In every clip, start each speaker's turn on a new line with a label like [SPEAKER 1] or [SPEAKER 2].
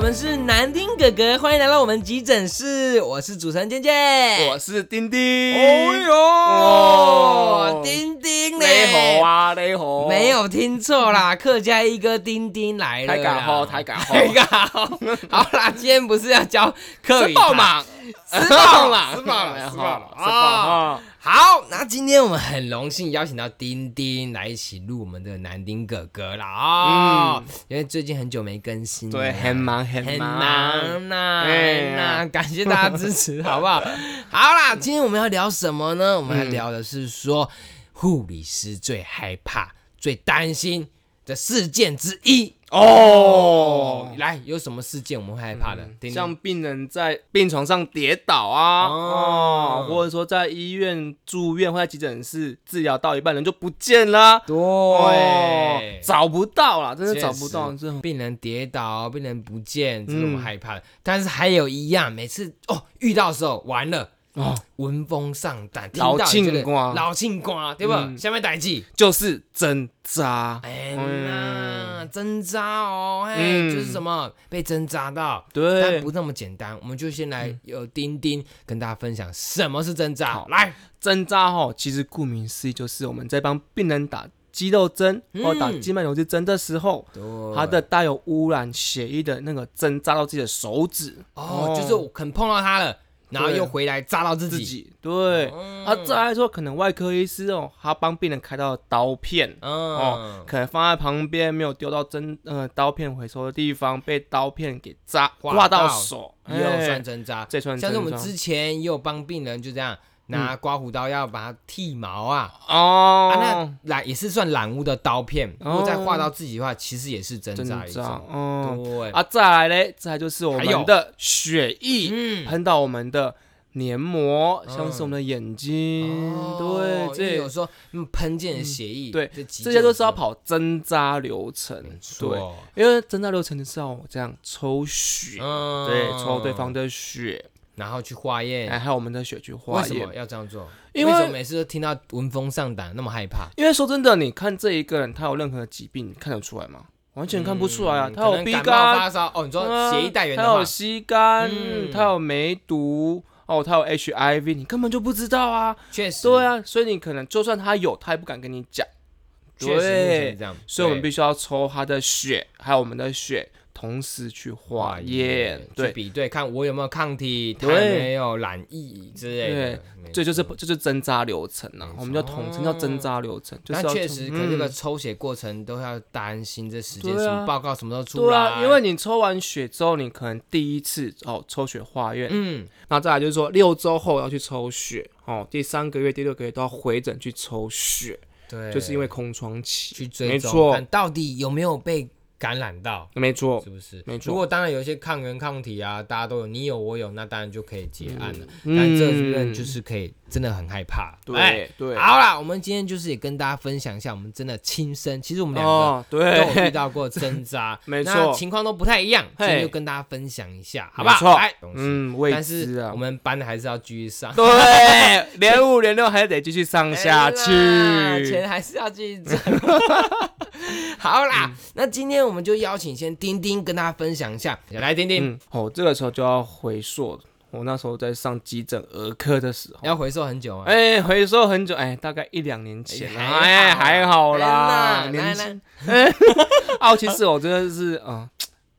[SPEAKER 1] 们是南丁哥哥，欢迎来到我们急诊室，我是主持人健健，
[SPEAKER 2] 我是丁丁。
[SPEAKER 1] 哦哟，
[SPEAKER 2] 哦
[SPEAKER 1] 丁丁嘞，
[SPEAKER 2] 雷猴啊，雷猴，
[SPEAKER 1] 没有听错啦，客家一哥丁丁来了
[SPEAKER 2] 太
[SPEAKER 1] 啦，
[SPEAKER 2] 敢吼，太敢吼，
[SPEAKER 1] 太敢吼， 好啦，今天不是要教客语
[SPEAKER 2] 吃爆
[SPEAKER 1] 吗？
[SPEAKER 2] 嘛，
[SPEAKER 1] 吃爆哎 嘛，
[SPEAKER 2] 吃爆了，
[SPEAKER 1] 吃
[SPEAKER 2] 吃
[SPEAKER 1] 爆
[SPEAKER 2] 爆
[SPEAKER 1] 了
[SPEAKER 2] 了，
[SPEAKER 1] 吃爆了
[SPEAKER 2] 啊！
[SPEAKER 1] 好，那今天我们很荣幸邀请到丁丁来一起录我们的南丁哥哥啦哦，因为最近很久没更新了，
[SPEAKER 2] 嗯对，很忙，很
[SPEAKER 1] 很
[SPEAKER 2] 忙。
[SPEAKER 1] 忙呐，
[SPEAKER 2] 哎
[SPEAKER 1] 很呐，感谢大家支 持，好不好？好啦，今天我们要聊什么呢？我们
[SPEAKER 2] 嗯
[SPEAKER 1] 要聊的是说护理师最害怕、最担心的事件之一。
[SPEAKER 2] 哦，嗯
[SPEAKER 1] 来，有什么事件我们会害怕的？丁丁
[SPEAKER 2] 像病人在病床上跌倒啊，
[SPEAKER 1] 哦
[SPEAKER 2] 哦，或者说在医院住院或在急诊室治疗到一半人就不见了，哦
[SPEAKER 1] 对，
[SPEAKER 2] 找不到了，真的嗯
[SPEAKER 1] 确
[SPEAKER 2] 找不到，
[SPEAKER 1] 实
[SPEAKER 2] 这种
[SPEAKER 1] 病人跌倒、病人不见，这是我们害怕的。但是还有一样，每次哦遇到的时候完了。
[SPEAKER 2] 哦，
[SPEAKER 1] 闻风丧胆，听
[SPEAKER 2] 老
[SPEAKER 1] 到就觉得
[SPEAKER 2] 庆瓜
[SPEAKER 1] 老庆瓜，对吧？
[SPEAKER 2] 嗯
[SPEAKER 1] 下面代记，
[SPEAKER 2] 就是针扎，
[SPEAKER 1] 哎
[SPEAKER 2] 嗯
[SPEAKER 1] 那针扎哦，哎、
[SPEAKER 2] 嗯
[SPEAKER 1] 就是什么被针扎到，但
[SPEAKER 2] 对
[SPEAKER 1] 不，那么简单。我们就先来有钉钉跟大家分享什么是针扎。来，
[SPEAKER 2] 针扎哈，其实顾名思义就是我们在帮病人打肌肉针
[SPEAKER 1] 嗯哦
[SPEAKER 2] 或打静脉扭矩针的时候，它的带有污染血液的那个针扎到自己的手指
[SPEAKER 1] 哦，就是我可能碰到他了，然后
[SPEAKER 2] 对
[SPEAKER 1] 又回来扎到自己。哦
[SPEAKER 2] 自己，对。啊，再来说，可能外科医师哦，他帮病人开到的刀片，
[SPEAKER 1] 嗯，
[SPEAKER 2] 哦可能放在旁边没有丢到针呃刀片回收的地方，被刀片给扎
[SPEAKER 1] 刮
[SPEAKER 2] 刮
[SPEAKER 1] 到
[SPEAKER 2] 到手，
[SPEAKER 1] 也有
[SPEAKER 2] 哎
[SPEAKER 1] 算针扎。
[SPEAKER 2] 这算
[SPEAKER 1] 像是我
[SPEAKER 2] 针
[SPEAKER 1] 们
[SPEAKER 2] 扎
[SPEAKER 1] 之前也有帮病人就这样拿刮胡刀要把它剃毛啊，啊，
[SPEAKER 2] 哦
[SPEAKER 1] 那，染也是算染污的刀片，如果再划到自己的话，其实也是针
[SPEAKER 2] 针
[SPEAKER 1] 扎一
[SPEAKER 2] 扎
[SPEAKER 1] 种。
[SPEAKER 2] 哦。
[SPEAKER 1] 对，
[SPEAKER 2] 啊，再来嘞，再来就是我
[SPEAKER 1] 哎还有
[SPEAKER 2] 们的血液
[SPEAKER 1] 嗯，
[SPEAKER 2] 喷到我们的黏膜，
[SPEAKER 1] 嗯
[SPEAKER 2] 像是我们的眼睛，
[SPEAKER 1] 哦
[SPEAKER 2] 对，
[SPEAKER 1] 因为有
[SPEAKER 2] 这
[SPEAKER 1] 时候嗯喷溅的血液，
[SPEAKER 2] 对
[SPEAKER 1] 这
[SPEAKER 2] 这些都是要
[SPEAKER 1] 急
[SPEAKER 2] 跑针扎流程
[SPEAKER 1] 诊的时，候，
[SPEAKER 2] 对，
[SPEAKER 1] 没错
[SPEAKER 2] 因为针扎流程是要我这样抽血，
[SPEAKER 1] 嗯
[SPEAKER 2] 对，抽对方，的血，
[SPEAKER 1] 然后去化
[SPEAKER 2] 哎，
[SPEAKER 1] 验。
[SPEAKER 2] 还有我们的血去化
[SPEAKER 1] 为什么
[SPEAKER 2] 验，
[SPEAKER 1] 要这样做？
[SPEAKER 2] 因
[SPEAKER 1] 为什么
[SPEAKER 2] 为。
[SPEAKER 1] 每次都听到闻风丧胆，那么害怕？
[SPEAKER 2] 因为说真的，你看这一个人，他有任何疾病，你看得出来吗？完全看不出来啊！
[SPEAKER 1] 嗯
[SPEAKER 2] 他
[SPEAKER 1] 可
[SPEAKER 2] 有
[SPEAKER 1] 能
[SPEAKER 2] B
[SPEAKER 1] 感冒
[SPEAKER 2] 肝，
[SPEAKER 1] 发烧哦，你说
[SPEAKER 2] 啊
[SPEAKER 1] 血液带源的
[SPEAKER 2] 他
[SPEAKER 1] 话
[SPEAKER 2] 有，吸肝，
[SPEAKER 1] 嗯
[SPEAKER 2] 他有梅毒，哦，他有 HIV，你根本就不知道啊。
[SPEAKER 1] 确实，
[SPEAKER 2] 对，啊，所以你可能就算他有，他也不敢跟你讲。
[SPEAKER 1] 确实目前是
[SPEAKER 2] 对，
[SPEAKER 1] 这样。
[SPEAKER 2] 所以我们
[SPEAKER 1] 对
[SPEAKER 2] 必须要抽他的血，还有我们的血，同时去化验。
[SPEAKER 1] 嗯去
[SPEAKER 2] 对，
[SPEAKER 1] 比对，看我有没有抗体，他有
[SPEAKER 2] 对
[SPEAKER 1] 没有染疫之类的。没
[SPEAKER 2] 这就是
[SPEAKER 1] 错
[SPEAKER 2] 这就是针扎流程啊
[SPEAKER 1] 没，错
[SPEAKER 2] 我们叫统称叫针扎流程，就是
[SPEAKER 1] 但
[SPEAKER 2] 要
[SPEAKER 1] 确
[SPEAKER 2] 从
[SPEAKER 1] 实，可这个
[SPEAKER 2] 嗯
[SPEAKER 1] 抽血过程都要担心这时间
[SPEAKER 2] 对
[SPEAKER 1] 什
[SPEAKER 2] 啊
[SPEAKER 1] 么报告什么时候出
[SPEAKER 2] 对
[SPEAKER 1] 来。
[SPEAKER 2] 啊，因为你抽完血之后，你可能第一次哦抽血化验，
[SPEAKER 1] 嗯，
[SPEAKER 2] 然后再来就是说六周后要去抽血哦，第三个月、第六个月都要回诊去抽血，
[SPEAKER 1] 对，
[SPEAKER 2] 就是因为空窗期。
[SPEAKER 1] 去追
[SPEAKER 2] 没
[SPEAKER 1] 踪
[SPEAKER 2] 错
[SPEAKER 1] 看到底有没有被感染到，
[SPEAKER 2] 没错
[SPEAKER 1] 是，不是？
[SPEAKER 2] 没错
[SPEAKER 1] 如果当然有一些抗原抗体啊，大家都有，你有我有，那当然就可以结案了。
[SPEAKER 2] 嗯
[SPEAKER 1] 但这个就是可以真的很害怕。哎
[SPEAKER 2] 对对，
[SPEAKER 1] 好啦，我们今天就是也跟大家分享一下，我们真的亲身，其实我们两个
[SPEAKER 2] 哦，对，
[SPEAKER 1] 都有遇到过针扎，
[SPEAKER 2] 没错
[SPEAKER 1] 那情况都不太一样，今
[SPEAKER 2] 嘿
[SPEAKER 1] 天就跟大家分享一下，好
[SPEAKER 2] 没
[SPEAKER 1] 不好？
[SPEAKER 2] 错
[SPEAKER 1] 来，董事
[SPEAKER 2] 嗯，未
[SPEAKER 1] 但
[SPEAKER 2] 知
[SPEAKER 1] 是
[SPEAKER 2] 啊
[SPEAKER 1] 我，们班的还是要继续上。
[SPEAKER 2] 对，连五连六还得继续上下
[SPEAKER 1] 哎呀
[SPEAKER 2] 去。
[SPEAKER 1] 钱还是要继续挣。 好啦，
[SPEAKER 2] 嗯
[SPEAKER 1] 那今天我们就邀请先丁丁跟大家分享一下，来丁丁、
[SPEAKER 2] 嗯，哦，这个时候就要回溯我那时候在上急诊儿科的时候，
[SPEAKER 1] 要回收很久啊，
[SPEAKER 2] 哎、回溯很久，哎、大概一两年前啦，哎、
[SPEAKER 1] 哎还
[SPEAKER 2] 还
[SPEAKER 1] 好
[SPEAKER 2] 好
[SPEAKER 1] 啦
[SPEAKER 2] 啦，
[SPEAKER 1] 来
[SPEAKER 2] 年
[SPEAKER 1] 来
[SPEAKER 2] 轻。哦，其实我真的是，嗯、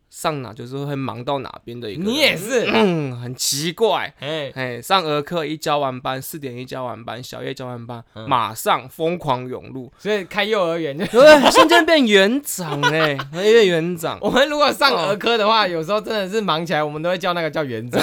[SPEAKER 2] 上哪就是会忙到哪边的一个人，
[SPEAKER 1] 你也是，
[SPEAKER 2] 嗯，很奇怪。
[SPEAKER 1] 哎，
[SPEAKER 2] 哎，上儿科一交完班，四点一交完班，小夜交完班，
[SPEAKER 1] 嗯
[SPEAKER 2] 马上疯狂涌入，
[SPEAKER 1] 所以开幼儿园就。，
[SPEAKER 2] 对，瞬间变园长 哎、欸，因为园长
[SPEAKER 1] 我们如果上儿科的
[SPEAKER 2] 哦
[SPEAKER 1] 话，有时候真的是忙起来，我们都会叫那个叫园长，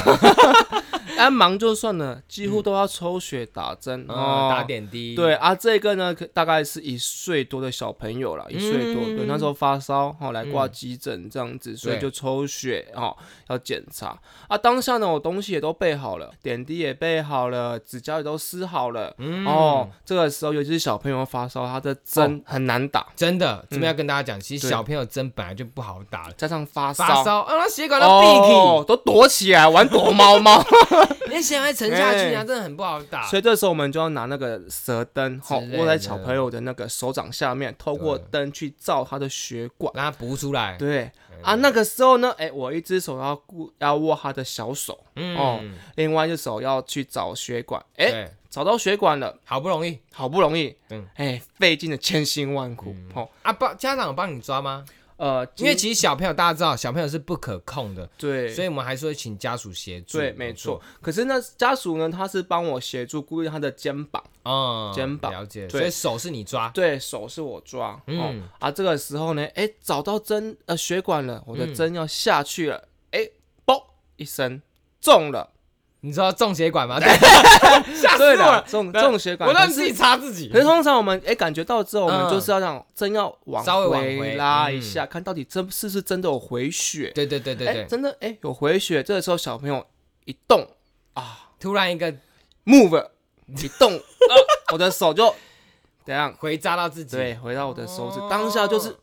[SPEAKER 2] 啊忙就算了，几乎都要抽血嗯打针、
[SPEAKER 1] 哦
[SPEAKER 2] 哦，
[SPEAKER 1] 打。点滴。
[SPEAKER 2] 对，啊，这个呢，可大概是一岁多的小朋友啦，一岁多，对，那时候发烧，哦，来挂急诊这样子，所以
[SPEAKER 1] 嗯对
[SPEAKER 2] 就抽血，哦，要检查。啊，当下呢，我东西也都备好了，点滴也备好了，指甲也都撕好了。
[SPEAKER 1] 嗯哦
[SPEAKER 2] 哦，这个时候，尤其是小朋友发烧，他的针很难打，
[SPEAKER 1] 真
[SPEAKER 2] 嗯
[SPEAKER 1] 的，这边要跟大家讲，其实
[SPEAKER 2] 对
[SPEAKER 1] 小朋友针本来就不好打，哦
[SPEAKER 2] 加上发烧，哦
[SPEAKER 1] 发烧啊，那血管都闭起。
[SPEAKER 2] 哦，都躲起来玩躲猫猫。
[SPEAKER 1] 你的血脉沉下去
[SPEAKER 2] 哎
[SPEAKER 1] 啊，真的很不好打
[SPEAKER 2] 所。以这时候我们就要拿那个蛇灯，吼
[SPEAKER 1] 之类，的
[SPEAKER 2] 握在小朋友的那个手掌下面，透过灯去照他的血管。
[SPEAKER 1] 让它补出来，
[SPEAKER 2] 对啊，那个时候呢，哎、我一只手要顾要握他的小手，
[SPEAKER 1] 嗯，
[SPEAKER 2] 哦另外一只手要去找血管。哎、
[SPEAKER 1] 对
[SPEAKER 2] 找到血管了，
[SPEAKER 1] 好不容易
[SPEAKER 2] 好不容易，
[SPEAKER 1] 嗯
[SPEAKER 2] 哎、费尽了千辛万苦，吼、
[SPEAKER 1] 啊，帮家长有帮你抓吗？
[SPEAKER 2] 呃，
[SPEAKER 1] 因为其实小朋友大家知道，小朋友是不可控的，
[SPEAKER 2] 对，
[SPEAKER 1] 所以我们还是会请家属协助。
[SPEAKER 2] 对，没错。。可是呢，家属呢，他是帮我协助顾虑他的肩膀，
[SPEAKER 1] 嗯，
[SPEAKER 2] 肩膀
[SPEAKER 1] 了解，
[SPEAKER 2] 对
[SPEAKER 1] 所以手是你抓，
[SPEAKER 2] 对手是我抓。
[SPEAKER 1] 嗯
[SPEAKER 2] 哦、啊，这个时候呢，哎，找到针呃血管了，我的针要下去了，哎、嘣一声中了，
[SPEAKER 1] 你知道中血管 吗？对，吓死我
[SPEAKER 2] 对了
[SPEAKER 1] 了，！
[SPEAKER 2] 中
[SPEAKER 1] 对
[SPEAKER 2] 中血管。
[SPEAKER 1] 我让
[SPEAKER 2] 可
[SPEAKER 1] 你
[SPEAKER 2] 是
[SPEAKER 1] 自己插自己
[SPEAKER 2] 可。是通常我们哎感觉到之后，我们
[SPEAKER 1] 嗯
[SPEAKER 2] 就是要让针要往
[SPEAKER 1] 稍微往
[SPEAKER 2] 回
[SPEAKER 1] 回
[SPEAKER 2] 拉
[SPEAKER 1] 嗯
[SPEAKER 2] 一下，看到底真是不是真的有回血。
[SPEAKER 1] 对对对对
[SPEAKER 2] 哎，
[SPEAKER 1] 对，
[SPEAKER 2] 真的哎有回血，这个时候小朋友一动
[SPEAKER 1] 突然一个
[SPEAKER 2] move 一 动，呃我的手就怎样？
[SPEAKER 1] 回扎到自己，
[SPEAKER 2] 对，回到我的手指，
[SPEAKER 1] 哦
[SPEAKER 2] 当下就是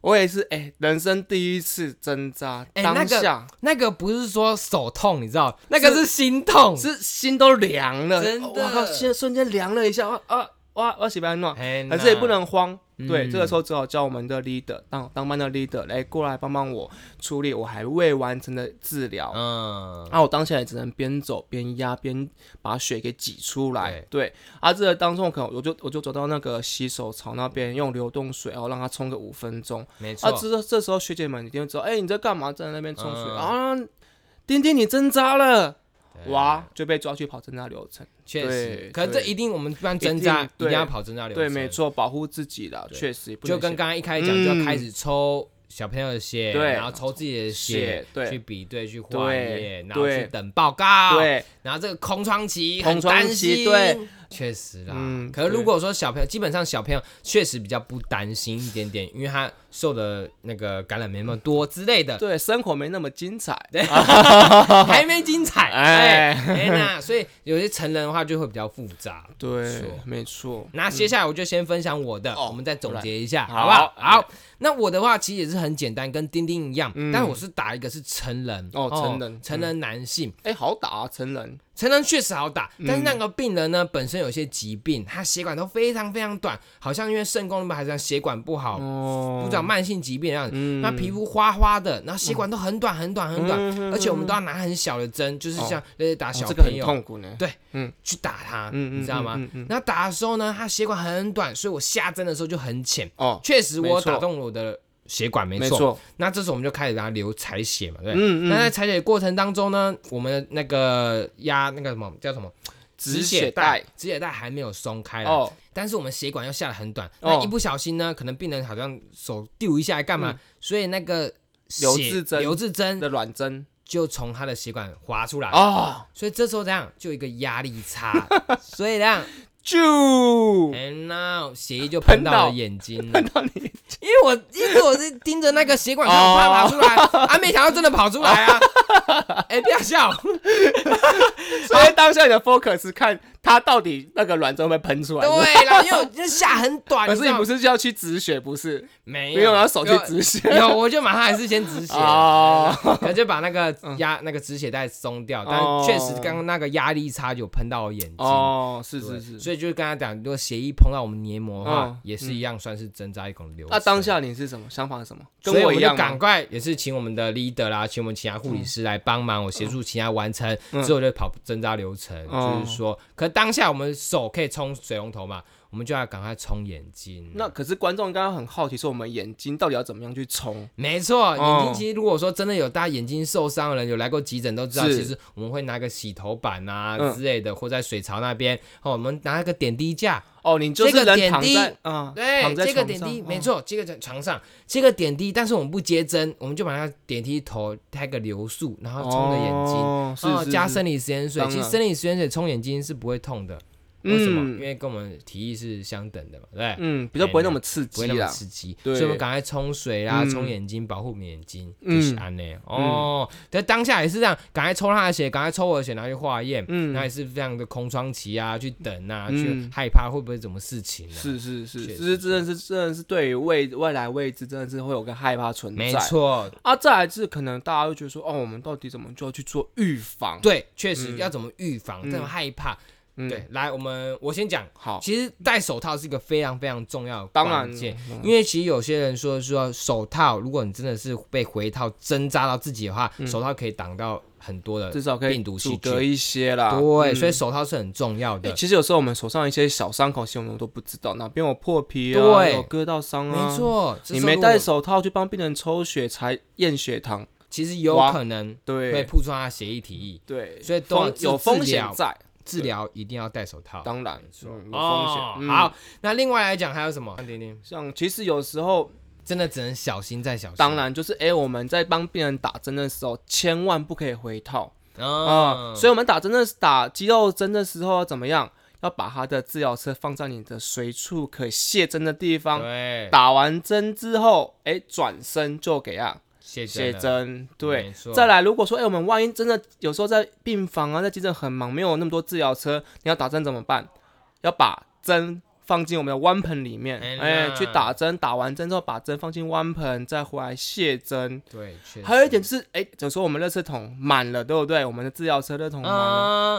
[SPEAKER 2] 我也是哎、人生第一次挣扎，
[SPEAKER 1] 哎那
[SPEAKER 2] 当
[SPEAKER 1] 个
[SPEAKER 2] 下、
[SPEAKER 1] 那个不是说手痛，你知道，那个是心痛。
[SPEAKER 2] 是心都凉了，
[SPEAKER 1] 哦真的
[SPEAKER 2] 哇靠，现瞬间凉了一下，哇啊哇哇，喜欢弄，
[SPEAKER 1] 哎
[SPEAKER 2] 可是也不，能慌。
[SPEAKER 1] 嗯
[SPEAKER 2] 对，这个时候只好叫我们的 leader 当当班的 leader 来过来帮帮我处理我还未完成的治疗。
[SPEAKER 1] 那嗯，
[SPEAKER 2] 啊，我当下也只能边走边压，边把血给挤出来。对，啊，这个当中可能我就我就走到那个洗手槽那边，用流动水，然后让它冲个五分钟。
[SPEAKER 1] 没错
[SPEAKER 2] 啊，，这这时候学姐们一定会知道，哎、你在干嘛？站在那边冲水、
[SPEAKER 1] 嗯
[SPEAKER 2] 啊？丁丁，你挣扎了，
[SPEAKER 1] 对
[SPEAKER 2] 哇，，就被抓去跑挣扎流程。
[SPEAKER 1] 确实
[SPEAKER 2] 对，
[SPEAKER 1] 可是这
[SPEAKER 2] 对
[SPEAKER 1] 一定我们一般挣扎
[SPEAKER 2] 一
[SPEAKER 1] 一
[SPEAKER 2] 定对
[SPEAKER 1] 定要跑挣扎流程，
[SPEAKER 2] 对，没，错，保护自己啦，
[SPEAKER 1] 对
[SPEAKER 2] 确实不
[SPEAKER 1] 就
[SPEAKER 2] 能
[SPEAKER 1] 跟
[SPEAKER 2] 写
[SPEAKER 1] 刚刚一开始讲，就
[SPEAKER 2] 嗯
[SPEAKER 1] 要开始抽小朋友的血，
[SPEAKER 2] 对
[SPEAKER 1] 然后抽自己的血
[SPEAKER 2] 写，对
[SPEAKER 1] 去比对、去化
[SPEAKER 2] 对
[SPEAKER 1] 验，然后
[SPEAKER 2] 对
[SPEAKER 1] 去等报告，，
[SPEAKER 2] 对，
[SPEAKER 1] 然后这个空窗期
[SPEAKER 2] 空
[SPEAKER 1] 很
[SPEAKER 2] 窗
[SPEAKER 1] 担
[SPEAKER 2] 期
[SPEAKER 1] 心，
[SPEAKER 2] 对，
[SPEAKER 1] 确实啦。
[SPEAKER 2] 嗯
[SPEAKER 1] 可是
[SPEAKER 2] 对
[SPEAKER 1] 如果说小朋友，基本上小朋友确实比较不担心一点点，因为他受的那个感染没那么多之类的，
[SPEAKER 2] 对，生活没那么精彩。
[SPEAKER 1] 还没精彩，
[SPEAKER 2] 哎
[SPEAKER 1] 哎哎那所以有些成人的话就会比较复杂。
[SPEAKER 2] 对
[SPEAKER 1] 错，
[SPEAKER 2] 没错。
[SPEAKER 1] 那接下来我就先分享我的，
[SPEAKER 2] 嗯哦
[SPEAKER 1] 我们再总结一下，
[SPEAKER 2] 来
[SPEAKER 1] 好不好？
[SPEAKER 2] 好嗯
[SPEAKER 1] 好，那我的话其实也是很简单，跟丁丁一样，但我是打一个是成人
[SPEAKER 2] 哦成人
[SPEAKER 1] 成人男性，
[SPEAKER 2] 哎、好打啊，成人。
[SPEAKER 1] 成人确实好打，
[SPEAKER 2] 嗯
[SPEAKER 1] 但是那个病人呢本身有些疾病，他血管都非常非常短，好像因为肾功能不好还是血管不好，
[SPEAKER 2] 哦嗯
[SPEAKER 1] 不知道慢性疾病的样子，那皮肤花花的，然后血管都很短很短很短，
[SPEAKER 2] 嗯
[SPEAKER 1] 而且我们都要拿很小的针，就是像类似打小
[SPEAKER 2] 哦这个
[SPEAKER 1] 朋
[SPEAKER 2] 很
[SPEAKER 1] 友、
[SPEAKER 2] 痛苦呢。
[SPEAKER 1] 去打他，
[SPEAKER 2] 嗯嗯
[SPEAKER 1] 你知道吗？
[SPEAKER 2] 嗯
[SPEAKER 1] 然后打的时候呢，他血管很短，所以我下针的时候就很浅，
[SPEAKER 2] 哦，
[SPEAKER 1] 确实
[SPEAKER 2] 没
[SPEAKER 1] 我
[SPEAKER 2] 错
[SPEAKER 1] 打中了我的血管，没
[SPEAKER 2] 没
[SPEAKER 1] 错。
[SPEAKER 2] 错，
[SPEAKER 1] 那这时候我们就开始给他流采血嘛，对不对。
[SPEAKER 2] 嗯
[SPEAKER 1] 那
[SPEAKER 2] 嗯，
[SPEAKER 1] 在采血过程当中呢，我们的那个压那个什么叫什么
[SPEAKER 2] 止
[SPEAKER 1] 血
[SPEAKER 2] 血带，
[SPEAKER 1] 止血带还没有松开哦，
[SPEAKER 2] 哦，
[SPEAKER 1] 但是我们血管又下得很短，
[SPEAKER 2] 哦嗯
[SPEAKER 1] 那一不小心呢，可能病人好像手丢一下来干嘛，所以那个血
[SPEAKER 2] 留置针
[SPEAKER 1] 留置针
[SPEAKER 2] 的软针
[SPEAKER 1] 就从他的血管滑出来，
[SPEAKER 2] 哦，
[SPEAKER 1] 所以这时候这样就有一个压力差，所以这样
[SPEAKER 2] 就
[SPEAKER 1] ，and now 血液就喷到我的眼睛了
[SPEAKER 2] 看。到你
[SPEAKER 1] 因为我一直我是盯着那个血管，看我怕跑出来，
[SPEAKER 2] 哦
[SPEAKER 1] 啊，没想到真的跑出 来啊！哎、不要笑，
[SPEAKER 2] 所以当下你的 focus 看他到底那个卵针会不会喷出来。
[SPEAKER 1] 对啊啦，因为我就下很短，
[SPEAKER 2] 可是你不
[SPEAKER 1] 是
[SPEAKER 2] 是就要去止血，不是？
[SPEAKER 1] 没
[SPEAKER 2] 因为我要手去
[SPEAKER 1] 有
[SPEAKER 2] 止血。
[SPEAKER 1] 有，我就马上还是先止血，
[SPEAKER 2] 哦，嗯
[SPEAKER 1] 然后就把那个压那个止血带松掉，但
[SPEAKER 2] 哦
[SPEAKER 1] 确实刚刚那个压力差就喷到我眼睛。
[SPEAKER 2] 哦，是
[SPEAKER 1] 对
[SPEAKER 2] 是是。
[SPEAKER 1] 所以就是跟他讲，如果血液碰到我们黏膜的话，
[SPEAKER 2] 嗯
[SPEAKER 1] 也是一样，算是挣扎一口流。
[SPEAKER 2] 那当。下你是什么想法？是什么？跟
[SPEAKER 1] 所以我
[SPEAKER 2] 一
[SPEAKER 1] 们
[SPEAKER 2] 样啊
[SPEAKER 1] 就
[SPEAKER 2] 吗
[SPEAKER 1] 赶？快也是请我们的 leader 啦，请我们其他护理师来帮忙，我协助其他完成，
[SPEAKER 2] 嗯
[SPEAKER 1] 之后就跑针扎流程，
[SPEAKER 2] 哦
[SPEAKER 1] 就是说，可当下我们手可以冲水龙头嘛，我们就要赶快冲眼睛。
[SPEAKER 2] 那可是观众刚刚很好奇，说我们眼睛到底要怎么样去冲？
[SPEAKER 1] 没错，眼
[SPEAKER 2] 哦
[SPEAKER 1] 睛其实如果说真的有大家眼睛受伤的人，有来过急诊都知道，
[SPEAKER 2] 是
[SPEAKER 1] 其实我们会拿个洗头板啊
[SPEAKER 2] 嗯
[SPEAKER 1] 之类的，或在水槽那边，哦，我们拿一个点滴架，
[SPEAKER 2] 哦，你就是
[SPEAKER 1] 这个
[SPEAKER 2] 人
[SPEAKER 1] 点
[SPEAKER 2] 躺
[SPEAKER 1] 滴
[SPEAKER 2] 在啊，
[SPEAKER 1] 对
[SPEAKER 2] 躺，在
[SPEAKER 1] 这个
[SPEAKER 2] 床
[SPEAKER 1] 点滴
[SPEAKER 2] 上
[SPEAKER 1] 没
[SPEAKER 2] 哦
[SPEAKER 1] 错，这个在床上，这个点滴，但是我们不接针，我们就把它点滴头开个流速，然后冲着眼睛。
[SPEAKER 2] 哦是
[SPEAKER 1] 哦，
[SPEAKER 2] 是
[SPEAKER 1] 加
[SPEAKER 2] 是
[SPEAKER 1] 生理食盐水，
[SPEAKER 2] 当
[SPEAKER 1] 其实
[SPEAKER 2] 然
[SPEAKER 1] 生理食盐水冲眼睛是不会痛的，为什么？因为跟我们提议是相等的嘛，对不对？
[SPEAKER 2] 嗯，比较不会那么刺
[SPEAKER 1] 不
[SPEAKER 2] 激
[SPEAKER 1] 会那么
[SPEAKER 2] 啦。
[SPEAKER 1] 刺激，
[SPEAKER 2] 对
[SPEAKER 1] 所以我们赶快冲水啦，
[SPEAKER 2] 嗯
[SPEAKER 1] 冲眼睛，保护我们眼睛，
[SPEAKER 2] 嗯
[SPEAKER 1] 就是安内哦。在当下也是这样，赶快抽他的血，赶快抽我的血，然后去化验，
[SPEAKER 2] 嗯
[SPEAKER 1] 然后也是非常的空窗期啊，去等啊，
[SPEAKER 2] 嗯
[SPEAKER 1] 去害怕会不会什么事情啊？，
[SPEAKER 2] 是是是，
[SPEAKER 1] 确
[SPEAKER 2] 就
[SPEAKER 1] 实
[SPEAKER 2] 是真的是真的是对于未未来未知，真的是会有个害怕存在。
[SPEAKER 1] 没错，
[SPEAKER 2] 啊，再来是可能大家会觉得说，哦，我们到底怎么就要去做预防？，
[SPEAKER 1] 对，确实要怎么预防，这种害怕。
[SPEAKER 2] 嗯
[SPEAKER 1] 对，来，我们我先讲，
[SPEAKER 2] 好，
[SPEAKER 1] 其实戴手套是一个非常非常重要的
[SPEAKER 2] 当然
[SPEAKER 1] 关键，
[SPEAKER 2] 嗯
[SPEAKER 1] 因为其实有些人说说手套，如果你真的是被回套针扎到自己的
[SPEAKER 2] 嗯
[SPEAKER 1] 话，手套可以挡到很多的
[SPEAKER 2] 至少可以
[SPEAKER 1] 病毒细
[SPEAKER 2] 阻隔
[SPEAKER 1] 菌。
[SPEAKER 2] 一些啦。
[SPEAKER 1] 对，
[SPEAKER 2] 嗯
[SPEAKER 1] 所以手套是很重要的
[SPEAKER 2] 欸。其实有时候我们手上一些小伤口，其实我们都不知道哪边有破皮啊，
[SPEAKER 1] 对
[SPEAKER 2] 有割到伤啊。
[SPEAKER 1] 没，错，这
[SPEAKER 2] 你
[SPEAKER 1] 时候
[SPEAKER 2] 没
[SPEAKER 1] 如
[SPEAKER 2] 戴
[SPEAKER 1] 果，
[SPEAKER 2] 手套去帮病人抽血才验血糖，
[SPEAKER 1] 其实有
[SPEAKER 2] 哇
[SPEAKER 1] 可能会
[SPEAKER 2] 对
[SPEAKER 1] 曝出他的协议提议，
[SPEAKER 2] 对，
[SPEAKER 1] 所以都要
[SPEAKER 2] 风有
[SPEAKER 1] 治
[SPEAKER 2] 风险
[SPEAKER 1] 疗
[SPEAKER 2] 在，
[SPEAKER 1] 治疗一定要戴手套。
[SPEAKER 2] 当然，
[SPEAKER 1] 错
[SPEAKER 2] 嗯、有风险
[SPEAKER 1] 哦。，
[SPEAKER 2] 嗯
[SPEAKER 1] 好，那另外来讲还有什么？丁丁
[SPEAKER 2] 像其实有时候，
[SPEAKER 1] 真的只能小心再小心。
[SPEAKER 2] 当然就是哎、欸我们在帮病人打针的时候，千万不可以回套啊、
[SPEAKER 1] 啊，
[SPEAKER 2] 所以我们打针的打肌肉针的时候要怎么样？要把它的治疗车放在你的随处可卸针的地方。
[SPEAKER 1] 对，
[SPEAKER 2] 打完针之后，哎、转身就给啊
[SPEAKER 1] 写真
[SPEAKER 2] 写
[SPEAKER 1] 的
[SPEAKER 2] 针。对
[SPEAKER 1] 没，错
[SPEAKER 2] 再来，如果说哎、诶我们万一真的有时候在病房啊，在急诊很忙，没有那么多治疗车，你要打针怎么办？要把针放进我们的弯盆里面，
[SPEAKER 1] 哎
[SPEAKER 2] 哎、
[SPEAKER 1] 那
[SPEAKER 2] 去打针。打完针之后，把针放进弯盆，再回来卸针。
[SPEAKER 1] 对，确实
[SPEAKER 2] 还有一点就是，哎、有时候我们热圾桶满了，对不对？我们的治疗车热桶满了，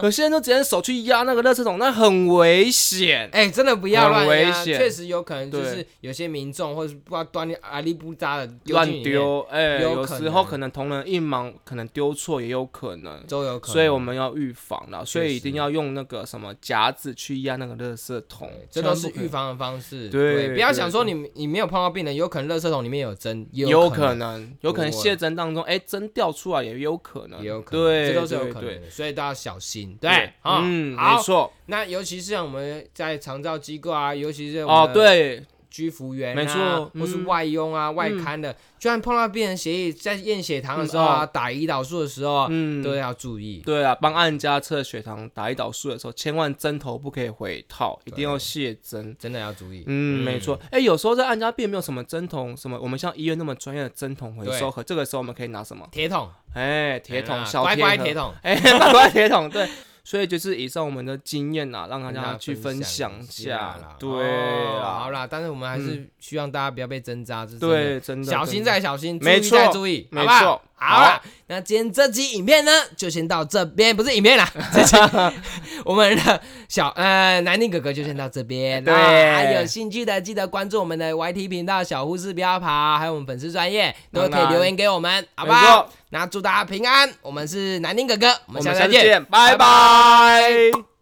[SPEAKER 1] 啊，
[SPEAKER 2] 有些人都直接手去压那个热圾桶，那很危险。
[SPEAKER 1] 哎、真的不要乱
[SPEAKER 2] 很危
[SPEAKER 1] 压
[SPEAKER 2] 险
[SPEAKER 1] 确实有可能就是
[SPEAKER 2] 对
[SPEAKER 1] 有些民众或是不知道端阿里不扎的丢进
[SPEAKER 2] 乱
[SPEAKER 1] 里面，
[SPEAKER 2] 丢，哎、
[SPEAKER 1] 有
[SPEAKER 2] 有
[SPEAKER 1] 可
[SPEAKER 2] 时候
[SPEAKER 1] 能
[SPEAKER 2] 可能同仁一忙，可能丢错也有可能，
[SPEAKER 1] 都有可能。
[SPEAKER 2] 所以我们要预防了，所以一定
[SPEAKER 1] 实
[SPEAKER 2] 要用那个什么夹子去压那个垃圾桶
[SPEAKER 1] 对，这
[SPEAKER 2] 千
[SPEAKER 1] 都
[SPEAKER 2] 万
[SPEAKER 1] 是
[SPEAKER 2] 不可以
[SPEAKER 1] 预，防的方式。
[SPEAKER 2] 对
[SPEAKER 1] 不要
[SPEAKER 2] 对
[SPEAKER 1] 想说你你没有碰到病人，有可能垃圾桶里面有针，也
[SPEAKER 2] 有
[SPEAKER 1] 可
[SPEAKER 2] 可能，有可能
[SPEAKER 1] 对
[SPEAKER 2] 卸针当中，哎，针掉出来也有可能，
[SPEAKER 1] 也有可能，
[SPEAKER 2] 对，
[SPEAKER 1] 这都是有
[SPEAKER 2] 对
[SPEAKER 1] 可
[SPEAKER 2] 对
[SPEAKER 1] 能的，所以都要小心。
[SPEAKER 2] 对
[SPEAKER 1] 对，啊
[SPEAKER 2] 嗯，没
[SPEAKER 1] 好。
[SPEAKER 2] 错，
[SPEAKER 1] 那尤其是像我们在长照机构啊，尤其是我
[SPEAKER 2] 哦
[SPEAKER 1] 们，的
[SPEAKER 2] 对，
[SPEAKER 1] 居服员、啊，
[SPEAKER 2] 没错
[SPEAKER 1] 或是
[SPEAKER 2] 嗯
[SPEAKER 1] 外佣啊、外刊的，就算碰到病人协议，在验血糖的时候
[SPEAKER 2] 嗯
[SPEAKER 1] 啊，
[SPEAKER 2] 哦
[SPEAKER 1] 打胰岛素的时候啊，
[SPEAKER 2] 嗯，
[SPEAKER 1] 都要注意。
[SPEAKER 2] 对啊，帮按家测血糖、打胰岛素的时候，千万针头不可以回套，一定要卸针。
[SPEAKER 1] 真的要注意，
[SPEAKER 2] 嗯，没错。哎、有时候在按家并没有什么针筒，什么我们像医院那么专业的针筒回收盒，这个时候我们可以拿什么？
[SPEAKER 1] 铁桶，
[SPEAKER 2] 哎、铁
[SPEAKER 1] 哎
[SPEAKER 2] 桶，
[SPEAKER 1] 呀
[SPEAKER 2] 小
[SPEAKER 1] 乖乖
[SPEAKER 2] 盒
[SPEAKER 1] 铁桶，
[SPEAKER 2] 哎，八卦铁桶，对。所以就是以上我们的经验呐、啊，让大
[SPEAKER 1] 跟大
[SPEAKER 2] 家
[SPEAKER 1] 家
[SPEAKER 2] 去分享
[SPEAKER 1] 享
[SPEAKER 2] 一
[SPEAKER 1] 啦
[SPEAKER 2] 下。对
[SPEAKER 1] 哦好
[SPEAKER 2] 啦，嗯
[SPEAKER 1] 啦，但是我们还是希望大家不要被针扎，这是真的
[SPEAKER 2] 对，真的
[SPEAKER 1] 小心，再小心，注
[SPEAKER 2] 没
[SPEAKER 1] 意
[SPEAKER 2] 错
[SPEAKER 1] 再注意，
[SPEAKER 2] 没
[SPEAKER 1] 好不好
[SPEAKER 2] 错
[SPEAKER 1] 好啦，那今天这期影片呢，就先到这边，不是影片 啦，这期 我们的小呃南宁哥哥就先到这边。
[SPEAKER 2] 对
[SPEAKER 1] 那有兴趣的记得关注我们的 YT 频道小护士不要跑，还有我们粉丝专业都可
[SPEAKER 2] 当
[SPEAKER 1] 以
[SPEAKER 2] 然
[SPEAKER 1] 留言给我们，好
[SPEAKER 2] 真
[SPEAKER 1] 不
[SPEAKER 2] 的
[SPEAKER 1] 好？
[SPEAKER 2] 没错
[SPEAKER 1] 那祝大家平安，我们是南宁哥哥，我
[SPEAKER 2] 我
[SPEAKER 1] 们下次
[SPEAKER 2] 们下
[SPEAKER 1] 再
[SPEAKER 2] 次
[SPEAKER 1] 见。
[SPEAKER 2] 见，拜
[SPEAKER 1] 拜
[SPEAKER 2] 拜